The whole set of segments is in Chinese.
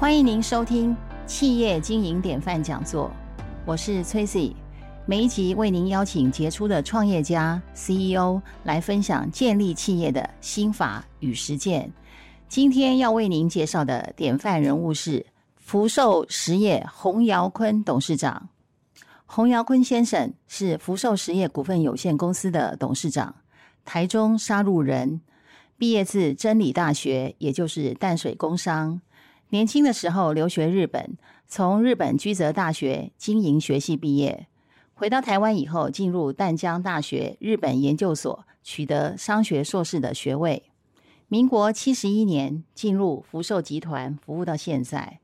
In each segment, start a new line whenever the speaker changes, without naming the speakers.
欢迎您收听企业经营典范讲座，我是 Tracy。每一集为您邀请杰出的创业家、CEO 来分享建立企业的心法与实践。今天要为您介绍的典范人物是福寿实业洪尧坤董事长。洪尧坤先生是福寿实业股份有限公司的董事长，台中沙鹿人，毕业自真理大学，也就是淡水工商。年轻的时候留学日本，从日本居泽大学经营学系毕业。回到台湾以后，进入淡江大学日本研究所，取得商学硕士的学位。民国七十一年进入福寿集团，服务到现在。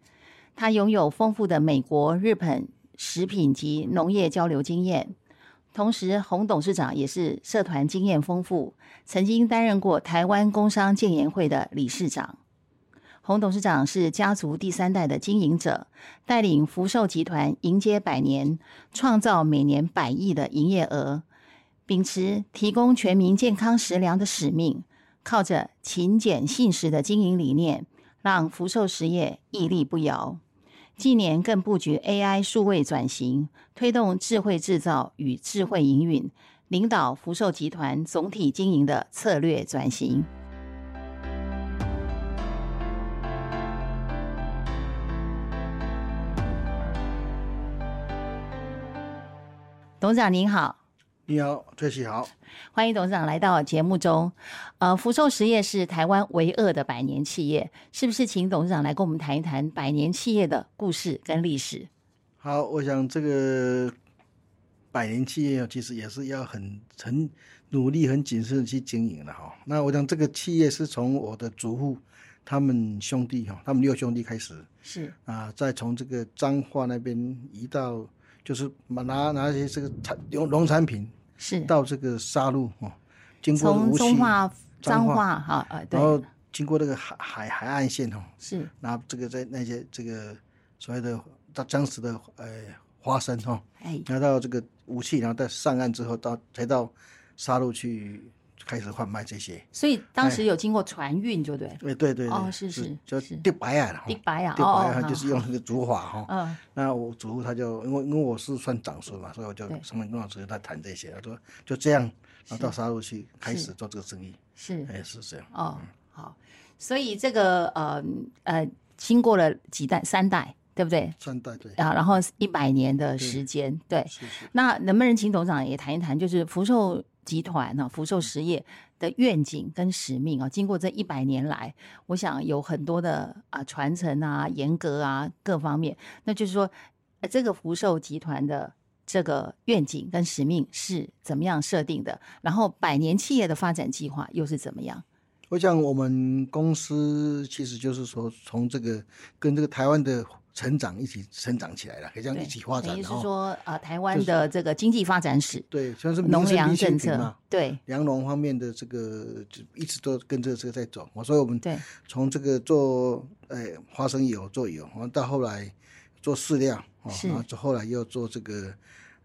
他拥有丰富的美国、日本食品及农业交流经验。同时，洪董事长也是社团经验丰富，曾经担任过台湾工商建研会的理事长。洪董事长是家族第三代的经营者，带领福寿集团迎接百年，创造每年百亿的营业额，秉持提供全民健康食粮的使命，靠着勤俭信实的经营理念，让福寿实业屹立不摇。近年更布局 AI 数位转型，推动智慧制造与智慧营运，领导福寿集团总体经营的策略转型。董事长您好。
你好，崔喜好。
欢迎董事长来到节目中。呃，福寿实业是台湾唯二的百年企业，是不是？请董事长来跟我们谈一谈百年企业的故事跟历史。
好，我想这个百年企业其实也是要很很努力、很谨慎地去经营的哈。那我想这个企业是从我的祖父他们兄弟哈，他们六兄弟开始
是
啊，再从这个彰化那边移到，就是拿拿一些这个产农农产品
是，
到这个沙鹿哦，经过
从
无锡
中，化、彰
彰化
化哈呃对
然，后经过那个海海海岸线哦，
是
拿这个在那些这个所谓的当当时的呃花生哈、哦，
哎
拿到这个武器，然后在上岸之后到才到沙路去开始贩卖这些。
所以当时有经过船运，就对，
哎，对对对，
哦是是
就是地白啊，
迪白啊，
地
哦
白
哦，
啊，
好
就是用那个竹筏哈、
好嗯
那我祖父他就因为因为我是算长孙嘛，所以我就
对
上面跟我侄子他谈这些，他说就这样，然后到
是
沙路去开
是
始做这个生意，
是
哎是这样。
哦好，所以这个呃呃，经过了几代三代，对不对？
算代对，
啊，然后一百年的时间，对，
是是。
那能不能请董事长也谈一谈，就是福寿集团呢、福寿实业的愿景跟使命啊？经过这一百年来，我想有很多的啊传承啊、严格啊各方面，那就是说，呃这个福寿集团的这个愿景跟使命是怎么样设定的？然后百年企业的发展计划又是怎么样？
我想我们公司其实就是说，从这个跟这个台湾的成长一起成长起来了，可以这样
对
一起发
等
展哦
于
的
是
哈。
说，呃，台湾的这个经济发展史、
对，虽然是
农
民生
粮
必需
政
品
策
嘛，，
对
粮农方面的这个就一直都跟着这个在走。我所以我们
对
从这个做呃花生油做油，然后到后来做饲料，哦，
是
然后后来又做这个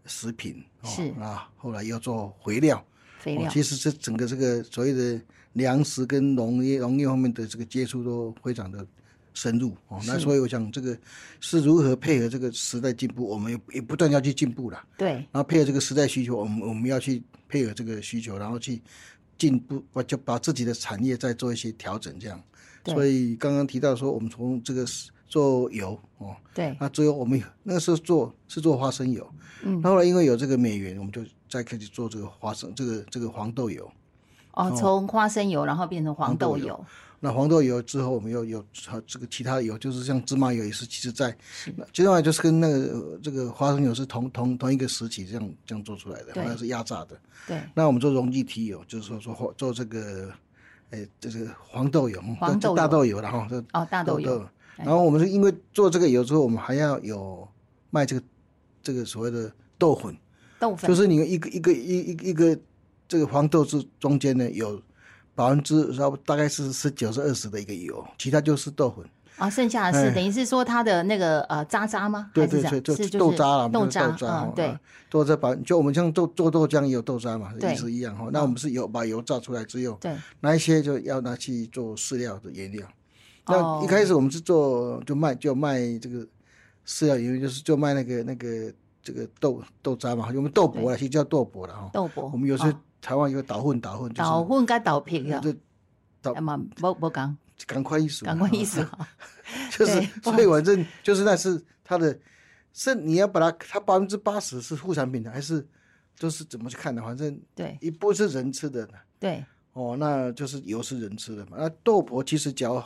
食品，哦
是
啊，后来又做肥料，
肥
哦
料，
其实这整个这个所谓的粮食跟农业、农业方面的这个接触都非常的深入哦。那
是
所以我想，这个是如何配合这个时代进步，我们也也不断要去进步啦。
对
然后配合这个时代需求，我们我们要去配合这个需求，然后去进步，把就把自己的产业再做一些调整，这样。
对
所以刚刚提到说，我们从这个做油哦，
对，
那最后我们有那个时候做是做花生油，
嗯
那后来因为有这个美元，我们就再开始做这个花生这个这个黄豆油。
哦，从花生油然后变成黄豆油，
那黄豆油之后，我们又有呃这个其他油，就是像芝麻油也是，其实在那另外就是跟那个呃这个花生油是同同同一个时期这样这样做出来的，
对
后来是压榨的。
对，
那我们做溶剂提油，就是说说做这个，哎，这个黄豆油，
黄
这
豆油
大豆油，然后这
哦，大豆油，
然后我们是因为做这个油之后，我们还要有卖这个这个所谓的豆粉，
豆粉，
就是你一个一个一一一个这个黄豆是中间呢有百分之差不多大概是十九是二十的一个油，其他就是豆粉。
啊，剩下的是
哎
等于是说它的那个呃渣渣吗？
对
还是这
对对，
样
就是
就是
豆渣啦，
豆
我们就是
渣，
豆渣
嗯
哈，，
对
啊，豆渣把就我们像豆做豆浆也有豆渣嘛，
对
意思一样哦哈。那我们是油把油榨出来之后，
对
那一些就要拿去做饲料的原料。
哦
那一开始我们是做就卖就卖这个饲料，因为就是就卖那个那个这个豆豆渣嘛，我们豆啊粕了，其实叫豆粕了哈。
豆粕，
我们有时候
哦
台湾有倒混倒混，就是
豆粉甲豆皮啊，
就豆
啊嘛，无无讲，
赶快一数，
赶快意思 啊
哈，
哈，
就是
对
所以反正就是那是它的，是你要把它，它百分之八十是副产品的，还是就是怎么去看的？反正
对
一部是人吃的，
对，
哦，那就是油是人吃的嘛。那豆粕其实嚼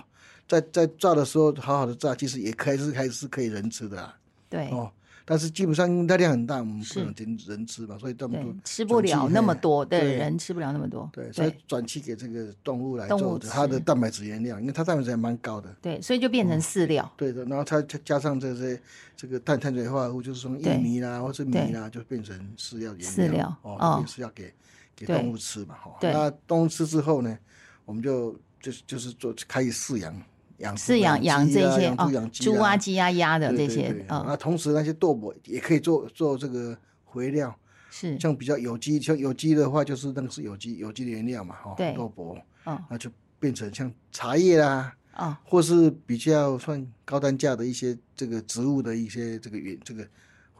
在在炸的时候好好的炸，其实也可以是还是可以人吃的、啊、
对
哦。但是基本上因为它量很大，我们
是
不能人人吃嘛，所以他们
对
都，
吃不了那么多，
转
对
寄嘿
人吃不了那么多，
对，所以
对
转去给这个动物来
动
做
物
的，它的
吃
蛋白质原料，因为它蛋白质还蛮高的。
对，所以就变成饲料，
对的，然后它它加上这些这个碳碳水化合物，就是说
对
玉米啦或者米
对
啦，就变成饲料原料
饲料
哦，
哦
就变饲料给给
对
动物吃嘛哈。
对
那动物吃之后呢，我们就就是就是做开始饲养养猪
饲养养
鸡
这
啊
些
养
哦
猪养，鸡
猪啊、鸡啊、鸭的
对
这
对对啊
些，嗯，
那同时那些豆粕也可以做做这个肥料，
是，
像比较有机，像有机的话就是那个是有机有机的原料嘛哈
对，
豆粕，
嗯
那就变成像茶叶啦。
哦，
或是比较算高单价的一些这个植物的一些这个原这个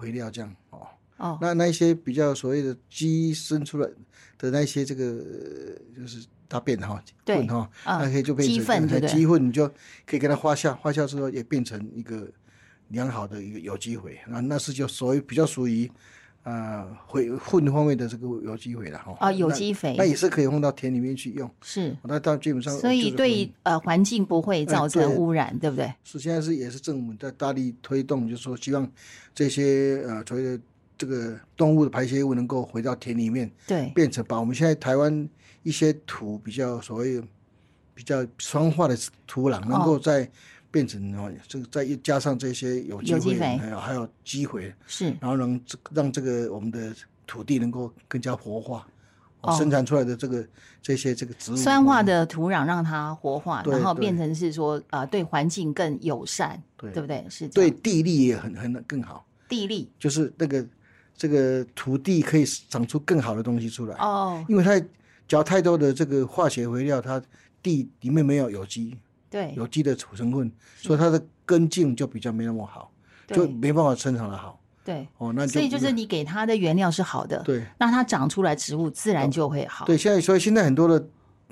肥料这样哦。
哦，
那那一些比较所谓的鸡生出来的那些这个呃就是大便的哈，
对
粪哈，
嗯
那可以就变成呃
鸡粪对不对
鸡粪你就可以给它发酵，发酵之后也变成一个良好的一个有机肥，那那是就所谓比较属于。呃，回混方面的这个有机肥了哈，
啊有
那
机肥
那也是可以放到田里面去用，
是，
那到基本上
所以
就是混
对呃环境不会造成
对
污染，对不对？
是现在是也是政府在大力推动，就是说希望这些呃所谓的这个动物的排泄物能够回到田里面，
对，
变成把我们现在台湾一些土比较所谓比较酸化的土
哦
壤，能够再变成哦，这个再加上这些有机
有机
肥，
肥
还有还有机肥，
是
然后能这让这个我们的土地能够更加活化，
哦
生产出来的这个这些这个植物
酸化的土壤让它活化，
对
然后
对
变成是说呃对环境更友善，
对
对不对？是这
对
样
地力也很很更好。
地力
就是那个这个土地可以长出更好的东西出来，
哦，
因为它嚼太多的这个化学肥料，它地里面没有有机
对
有机的成分，所以它的根茎就比较没那么好，就
对
没办法生长的好。
对，
哦，那就
所以就是你给它的原料是好的，
对哦
那它长出来植物自然就会好。
对，现在所以现在很多的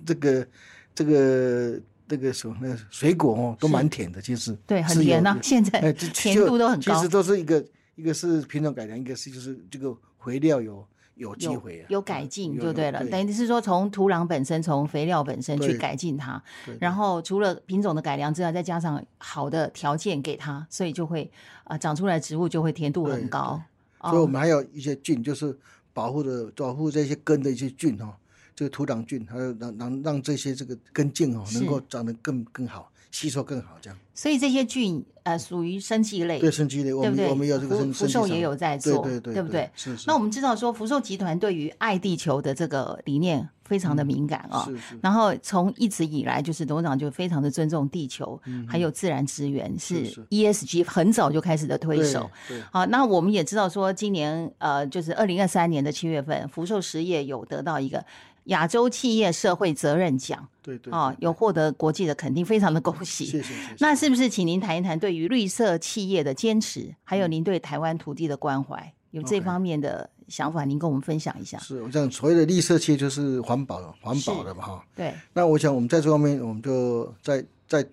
这个这个这个什么那个水果哦，都
是
蛮甜的，其实
对，很
是有
甜呐、
有
现在
哎，这
甜
就
度都很高
其实，都是一个一个是品种改良，一个是就是这个肥料有有机
有
会啊、
有改进
有
就
有
对了，
对
等于是说从土壤本身、从肥料本身去
对
改进它，
对对
然后除了品种的改良之外，再加上好的条件给它，所以就会啊、呃长出来植物就会甜度
对
很
对
高。哦
所以我们还有一些菌，就是保护的保护这些根的一些菌哦，这个土壤菌，还有让让让这些这个根茎哦
是
能够长得更更好，吸收更好，这样
所以这些菌呃属于生技类，
对生机的，我
对不
们
对？
我们有这个
福
生
福
生机
寿也
场
有在
对
做，
对对，
不对？？
是是。
那我们知道说，福寿集团对于爱地球的这个理念非常的敏感啊、
嗯是是
然后从一直以来，就是董事长就非常的尊重地球，还有自然资源，
嗯是
是
是
ESG 很早就开始的推
对
手。
对
好，那我们也知道说，今年呃，就是二零二三年的七月份，福寿实业有得到一个亚洲企业社会责任奖
对对
啊、
对
有获得国际的肯定，非常的恭
谢
喜。
谢谢谢。
那是不是请您谈一谈对于绿色企业的坚持，还有您对台湾土地的关怀，有这
嗯 OK
方面的想法，您跟我们分享一下？
是我讲所谓的绿色企业就是环保环保的嘛哈。
对，
那我想我们在这方面，我们就在在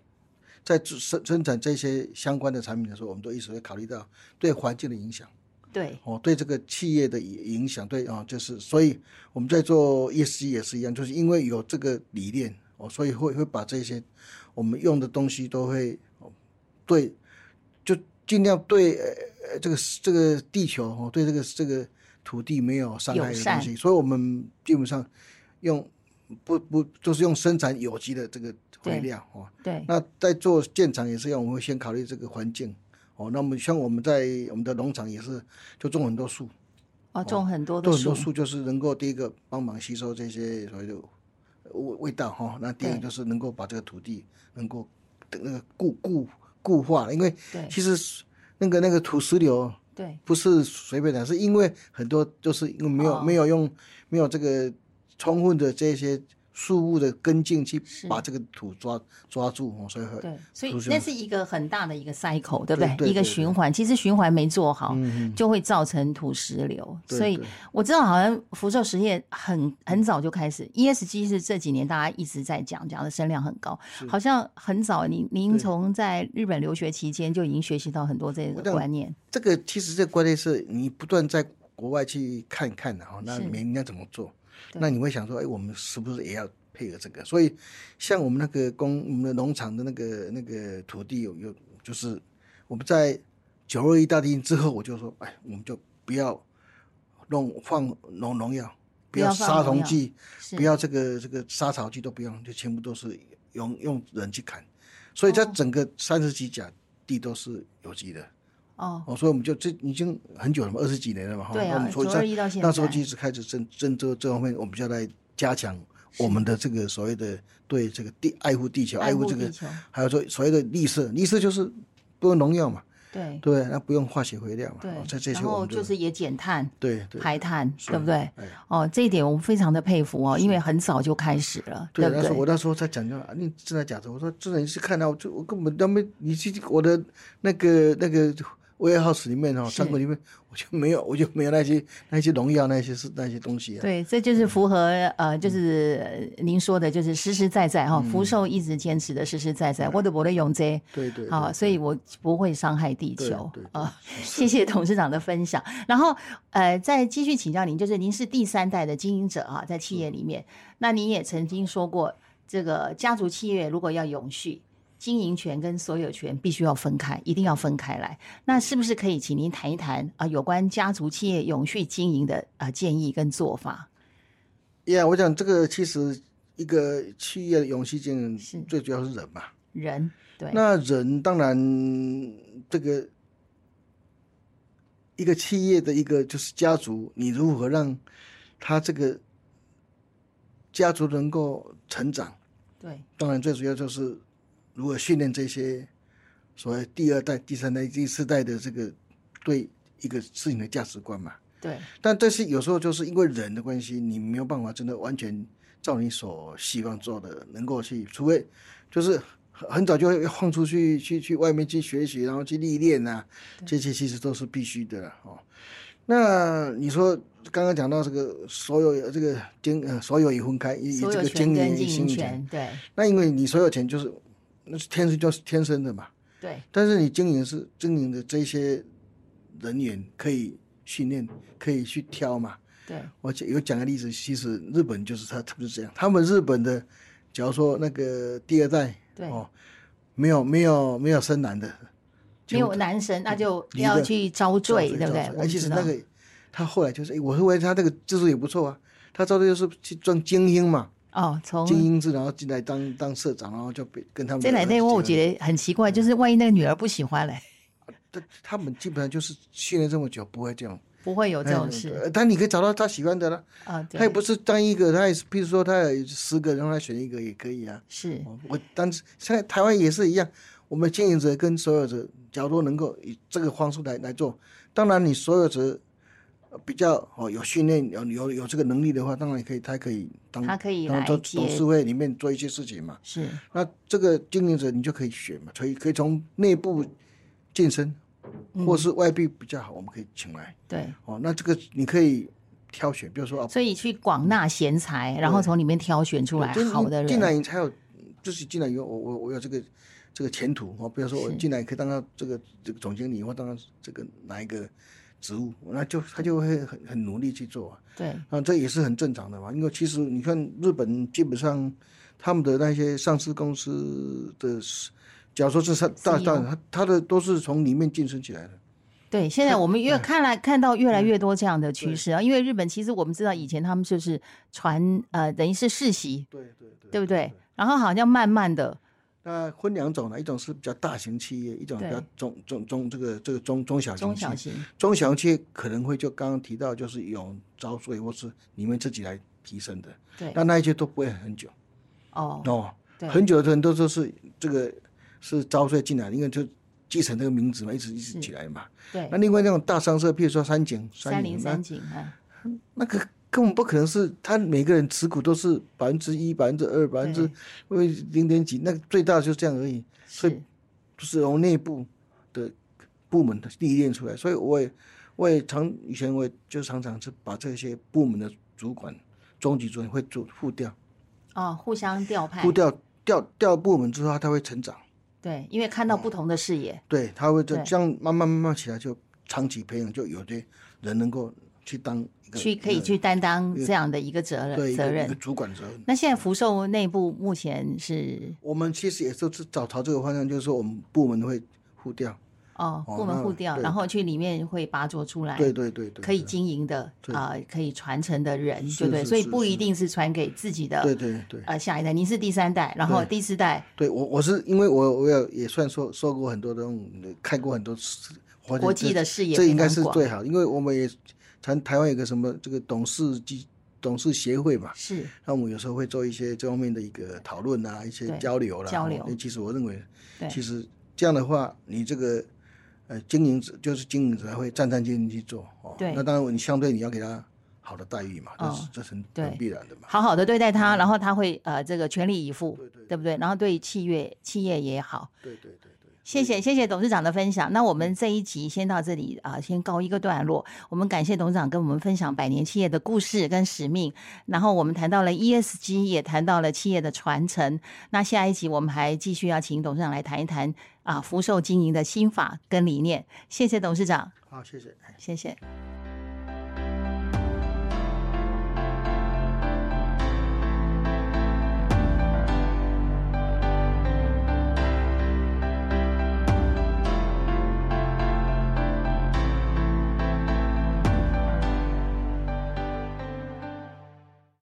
在制生生产这些相关的产品的时候，我们都一直会考虑到对环境的影响，
对，
哦，对这个企业的影影响，对啊、哦，就是所以我们在做 ESG 也是一样，就是因为有这个理念哦，所以会会把这些我们用的东西都会、哦、对，就尽量对呃呃这个这个地球哦，对这个这个土地没有伤害
友
的
善
东西，所以我们基本上用不不就是用生产有机的这个
对
肥料哦，
对，
那在做建厂也是一样，我们会先考虑这个环境。哦，那么像我们在我们的农场也是，就种很多树，
哦，种很多的
种很
树，
多树就是能够第一个帮忙吸收这些所谓的味味道哈、那第二个
对
就是能够把这个土地能够那个固固固化，因为
对
其实那个那个土石流
对，
不是随便的，是因为很多就是因为没有、
哦
没有用没有这个充分的这些树木的根茎去
是
把这个土抓抓住哦，所以很
对，所以
出现
那是一个很大的一个 cycle，对不
对对
一个
对
循
对
环。其实循环没做好，
嗯嗯
就会造成土石流。
对
所以
对
我知道，好像福寿实业很很早就开始，ESG 是这几年大家一直在讲，讲的声量很高。
是
好像很早，您您
对
从在日本留学期间就已经学习到很多这
我
个
这样
观念。
这个其实这个观念是你不断在国外去看看的哈，哦那
是
你们应该怎么做？
对
那你会想说，哎，我们是不是也要配合这个？所以，像我们那个工，我们的农场的那个那个土地有有，就是我们在九二一大地震之后，我就说，哎，我们就不要弄放农农药，
不
不
要
要
放
杀
农
虫
药
剂，
是
不要这个这个杀草剂都不用，就全部都是用用人去砍，所以它
哦
整个三十几甲地都是有机的。
哦，
哦，所以我们就这已经很久了嘛，二十几年了嘛，哈。
对
那我
啊，
们所
九
以
二
在
一到现在
那时候就一直开始针针对这方面，我们就要来加强我们的这个所谓的对这个地爱护地球、
爱
爱
护
护这
地
个，
球，
还有说所谓的绿色，绿色就是不用农药嘛，
对
对不对，那不用化学肥料嘛，哦在
对，
这
然
些我
后
们
就是也减碳、
对对
排碳，
是
对不对？
哎
哦，这一点我们非常的佩服哦，因为很早就开始了，
对，
不
那时候
对？
我那时候在讲就啊，你正在讲着，我说这人是看啊到我就我根本都没，你去我的那个那个 warehouse 里面哦，
是
仓库里面我就没有，我就没有那些那些农药那些是那些东西啊。
对，这就是符合呃，就是呃您说的，就是实实在在
嗯
哈、福寿一直坚持的实实在在，我的我的永这
对对，
好，所以我不会伤害地
对
球
对对
啊。 谢谢董事长的分享。然后呃，再继续请教您，就是您是第三代的经营者啊，在企业里面，那您也曾经说过，这个家族企业如果要永续。经营权跟所有权必须要分开，一定要分开来。那是不是可以请您谈一谈啊、有关家族企业永续经营的啊、建议跟做法？
呀我想这个其实一个企业的永续经营
是
最主要是人嘛。
人对，
那人当然这个一个企业的一个就是家族，你如何让他这个家族能够成长？
对
当然最主要就是如何训练这些所谓第二代、第三代、第四代的这个对一个事情的价值观嘛。
对
但但是有时候就是因为人的关系，你没有办法真的完全照你所希望做的能够去，除非就是很很早就要放出去去去外面去学习，然后去历练啊，这些其实都是必须的啦哦。那你说刚刚讲到这个所有这个经呃所有与分开，以以
所
这
有
个呃
权
经
跟
营
经营
与经营
权
权，，
对
那因为你所有权就是那是天生就是天生的嘛，
对
但是你经营是经营的这些人员可以训练，可以去挑嘛。
对
我讲有讲个例子，其实日本就是他他们是这样，他们日本的，假如说那个第二代
对，
哦，没有没有没有生男的，
没
结
有
果
男神，那就
离
要
的
去遭罪，对不对？我
而
们
哎其
知
实
道
那个他后来就是，哎我认为他那个制度也不错啊，他招的就是去装精英嘛，
哦，从
精英制，然后进来当当社长，然后就被跟他们
这奶奶，
结
我我
婚
觉得很奇怪，
嗯
就是万一那个女儿不喜欢嘞，
他他们基本上就是训练这么久不会这种，
不会有这种
哎
事
呃但你可以找到他喜欢的了，
啊。
他也
对，
不是单一个，他也是，譬如说他有十个，然后他选一个也可以啊。
是
哦我当时现在台湾也是一样，我们经营者跟所有者，假如能够以这个方式来来做，当然你所有者呃比较哦有训练有有有这个能力的话，当然可以，他可以当
他可以
当
来
做
接
董事会里面做一些事情嘛。
是，
那这个经营者你就可以选嘛，所以可以从内部晋升，
嗯
或是外部比较好，我们可以请来
对，
哦。那这个你可以挑选，比如说啊，
所以去广纳贤才，然后从里面挑选出来
就是
好
你
的
进来
人，
你才有，就是进来以后，我我我有这个这个前途哦。比如说我
是
进来可以当到这个这个总经理，或当到这个哪一个职务，那就他就会很很努力去做啊。
对
啊，这也是很正常的嘛。因为其实你看日本基本上他们的那些上市公司的是，假如说是大
CEO
大他他的都是从里面晋升起来的。
对。现在我们
嗯
越看来看到越来越多这样的趋势啊，因为日本其实我们知道以前他们就是传呃，等于是世袭，
对对对
对不对？然后好像慢慢的
那分两种呢，一种是比较大型企业，一种比较
对
中中中这个这个中中小型
中
企业
小。型
中小企业可能会就刚刚提到，就是有招税或是你们自己来提升的，
对
那那一些都不会很久
哦，
哦，
对
很久的人都说是这个是招税进来，因为就继承这个名字嘛，一直一
是
直起来嘛。
对
那，另外那种大商社，譬如说三井、
三
井
零，
那
三井啊，
那个根本不可能是他每个人持股都是百分之一、百分之二、百分之零点几，那个最大就是这样而已，所以
是
就是从内部的部门的历练出来。所以我也我也常以前我也就常常是把这些部门的主管、中级主管会做互调，
哦，互相调派
互，调调调部门之后，他会成长，
对，因为看
哦
到不同的视野，
对，他会就
对
这样慢慢慢慢起来，就长期培养，就有些人能够去当一个
去可以
一个
去担当
一个
这样的一个责任
对一个
责
一个
任。
主管责任。
那现在福寿内部目前是
我们其实也都是找朝这个方向，就是说我们部门会互调，
哦，
哦
部门
那
互调，
对
然后去里面会拔擢出来，
对对对对，
可以
对
经营的
对
啊、可以传承的人，
是
对不对？
是
所以
是
不一
是
定是传给自己的
对对对
呃下一代，您是第三代，然后
对
第四代
对，我我是因为我我也也算说受过很多的那种，看过很多世或者
国际
这
的视野
这
非
应该
常
是
广
最好，因为我们也台台湾有个什么这个董事基董事协会嘛，
是
那我们有时候会做一些这方面的一个讨论啊，一些
对
交流啦。
交
哦
流
那其实我认为，
对
其实这样的话，你这个呃经营者就是经营者会战战兢兢去做哦。
对
那当然，你相对你要给他好的待遇嘛，这是
嗯
这是很
对
很必然的嘛。
好好的对待他，然后他会呃这个全力以赴，
嗯对对
对不对？然后对企业企业也好，
对对对对。
谢谢谢谢董事长的分享。那我们这一集先到这里啊、先告一个段落。我们感谢董事长跟我们分享百年企业的故事跟使命，然后我们谈到了 ESG，也谈到了企业的传承。那下一集我们还继续要请董事长来谈一谈啊福寿经营的心法跟理念。谢谢董事长，
好，谢谢。哎
谢谢。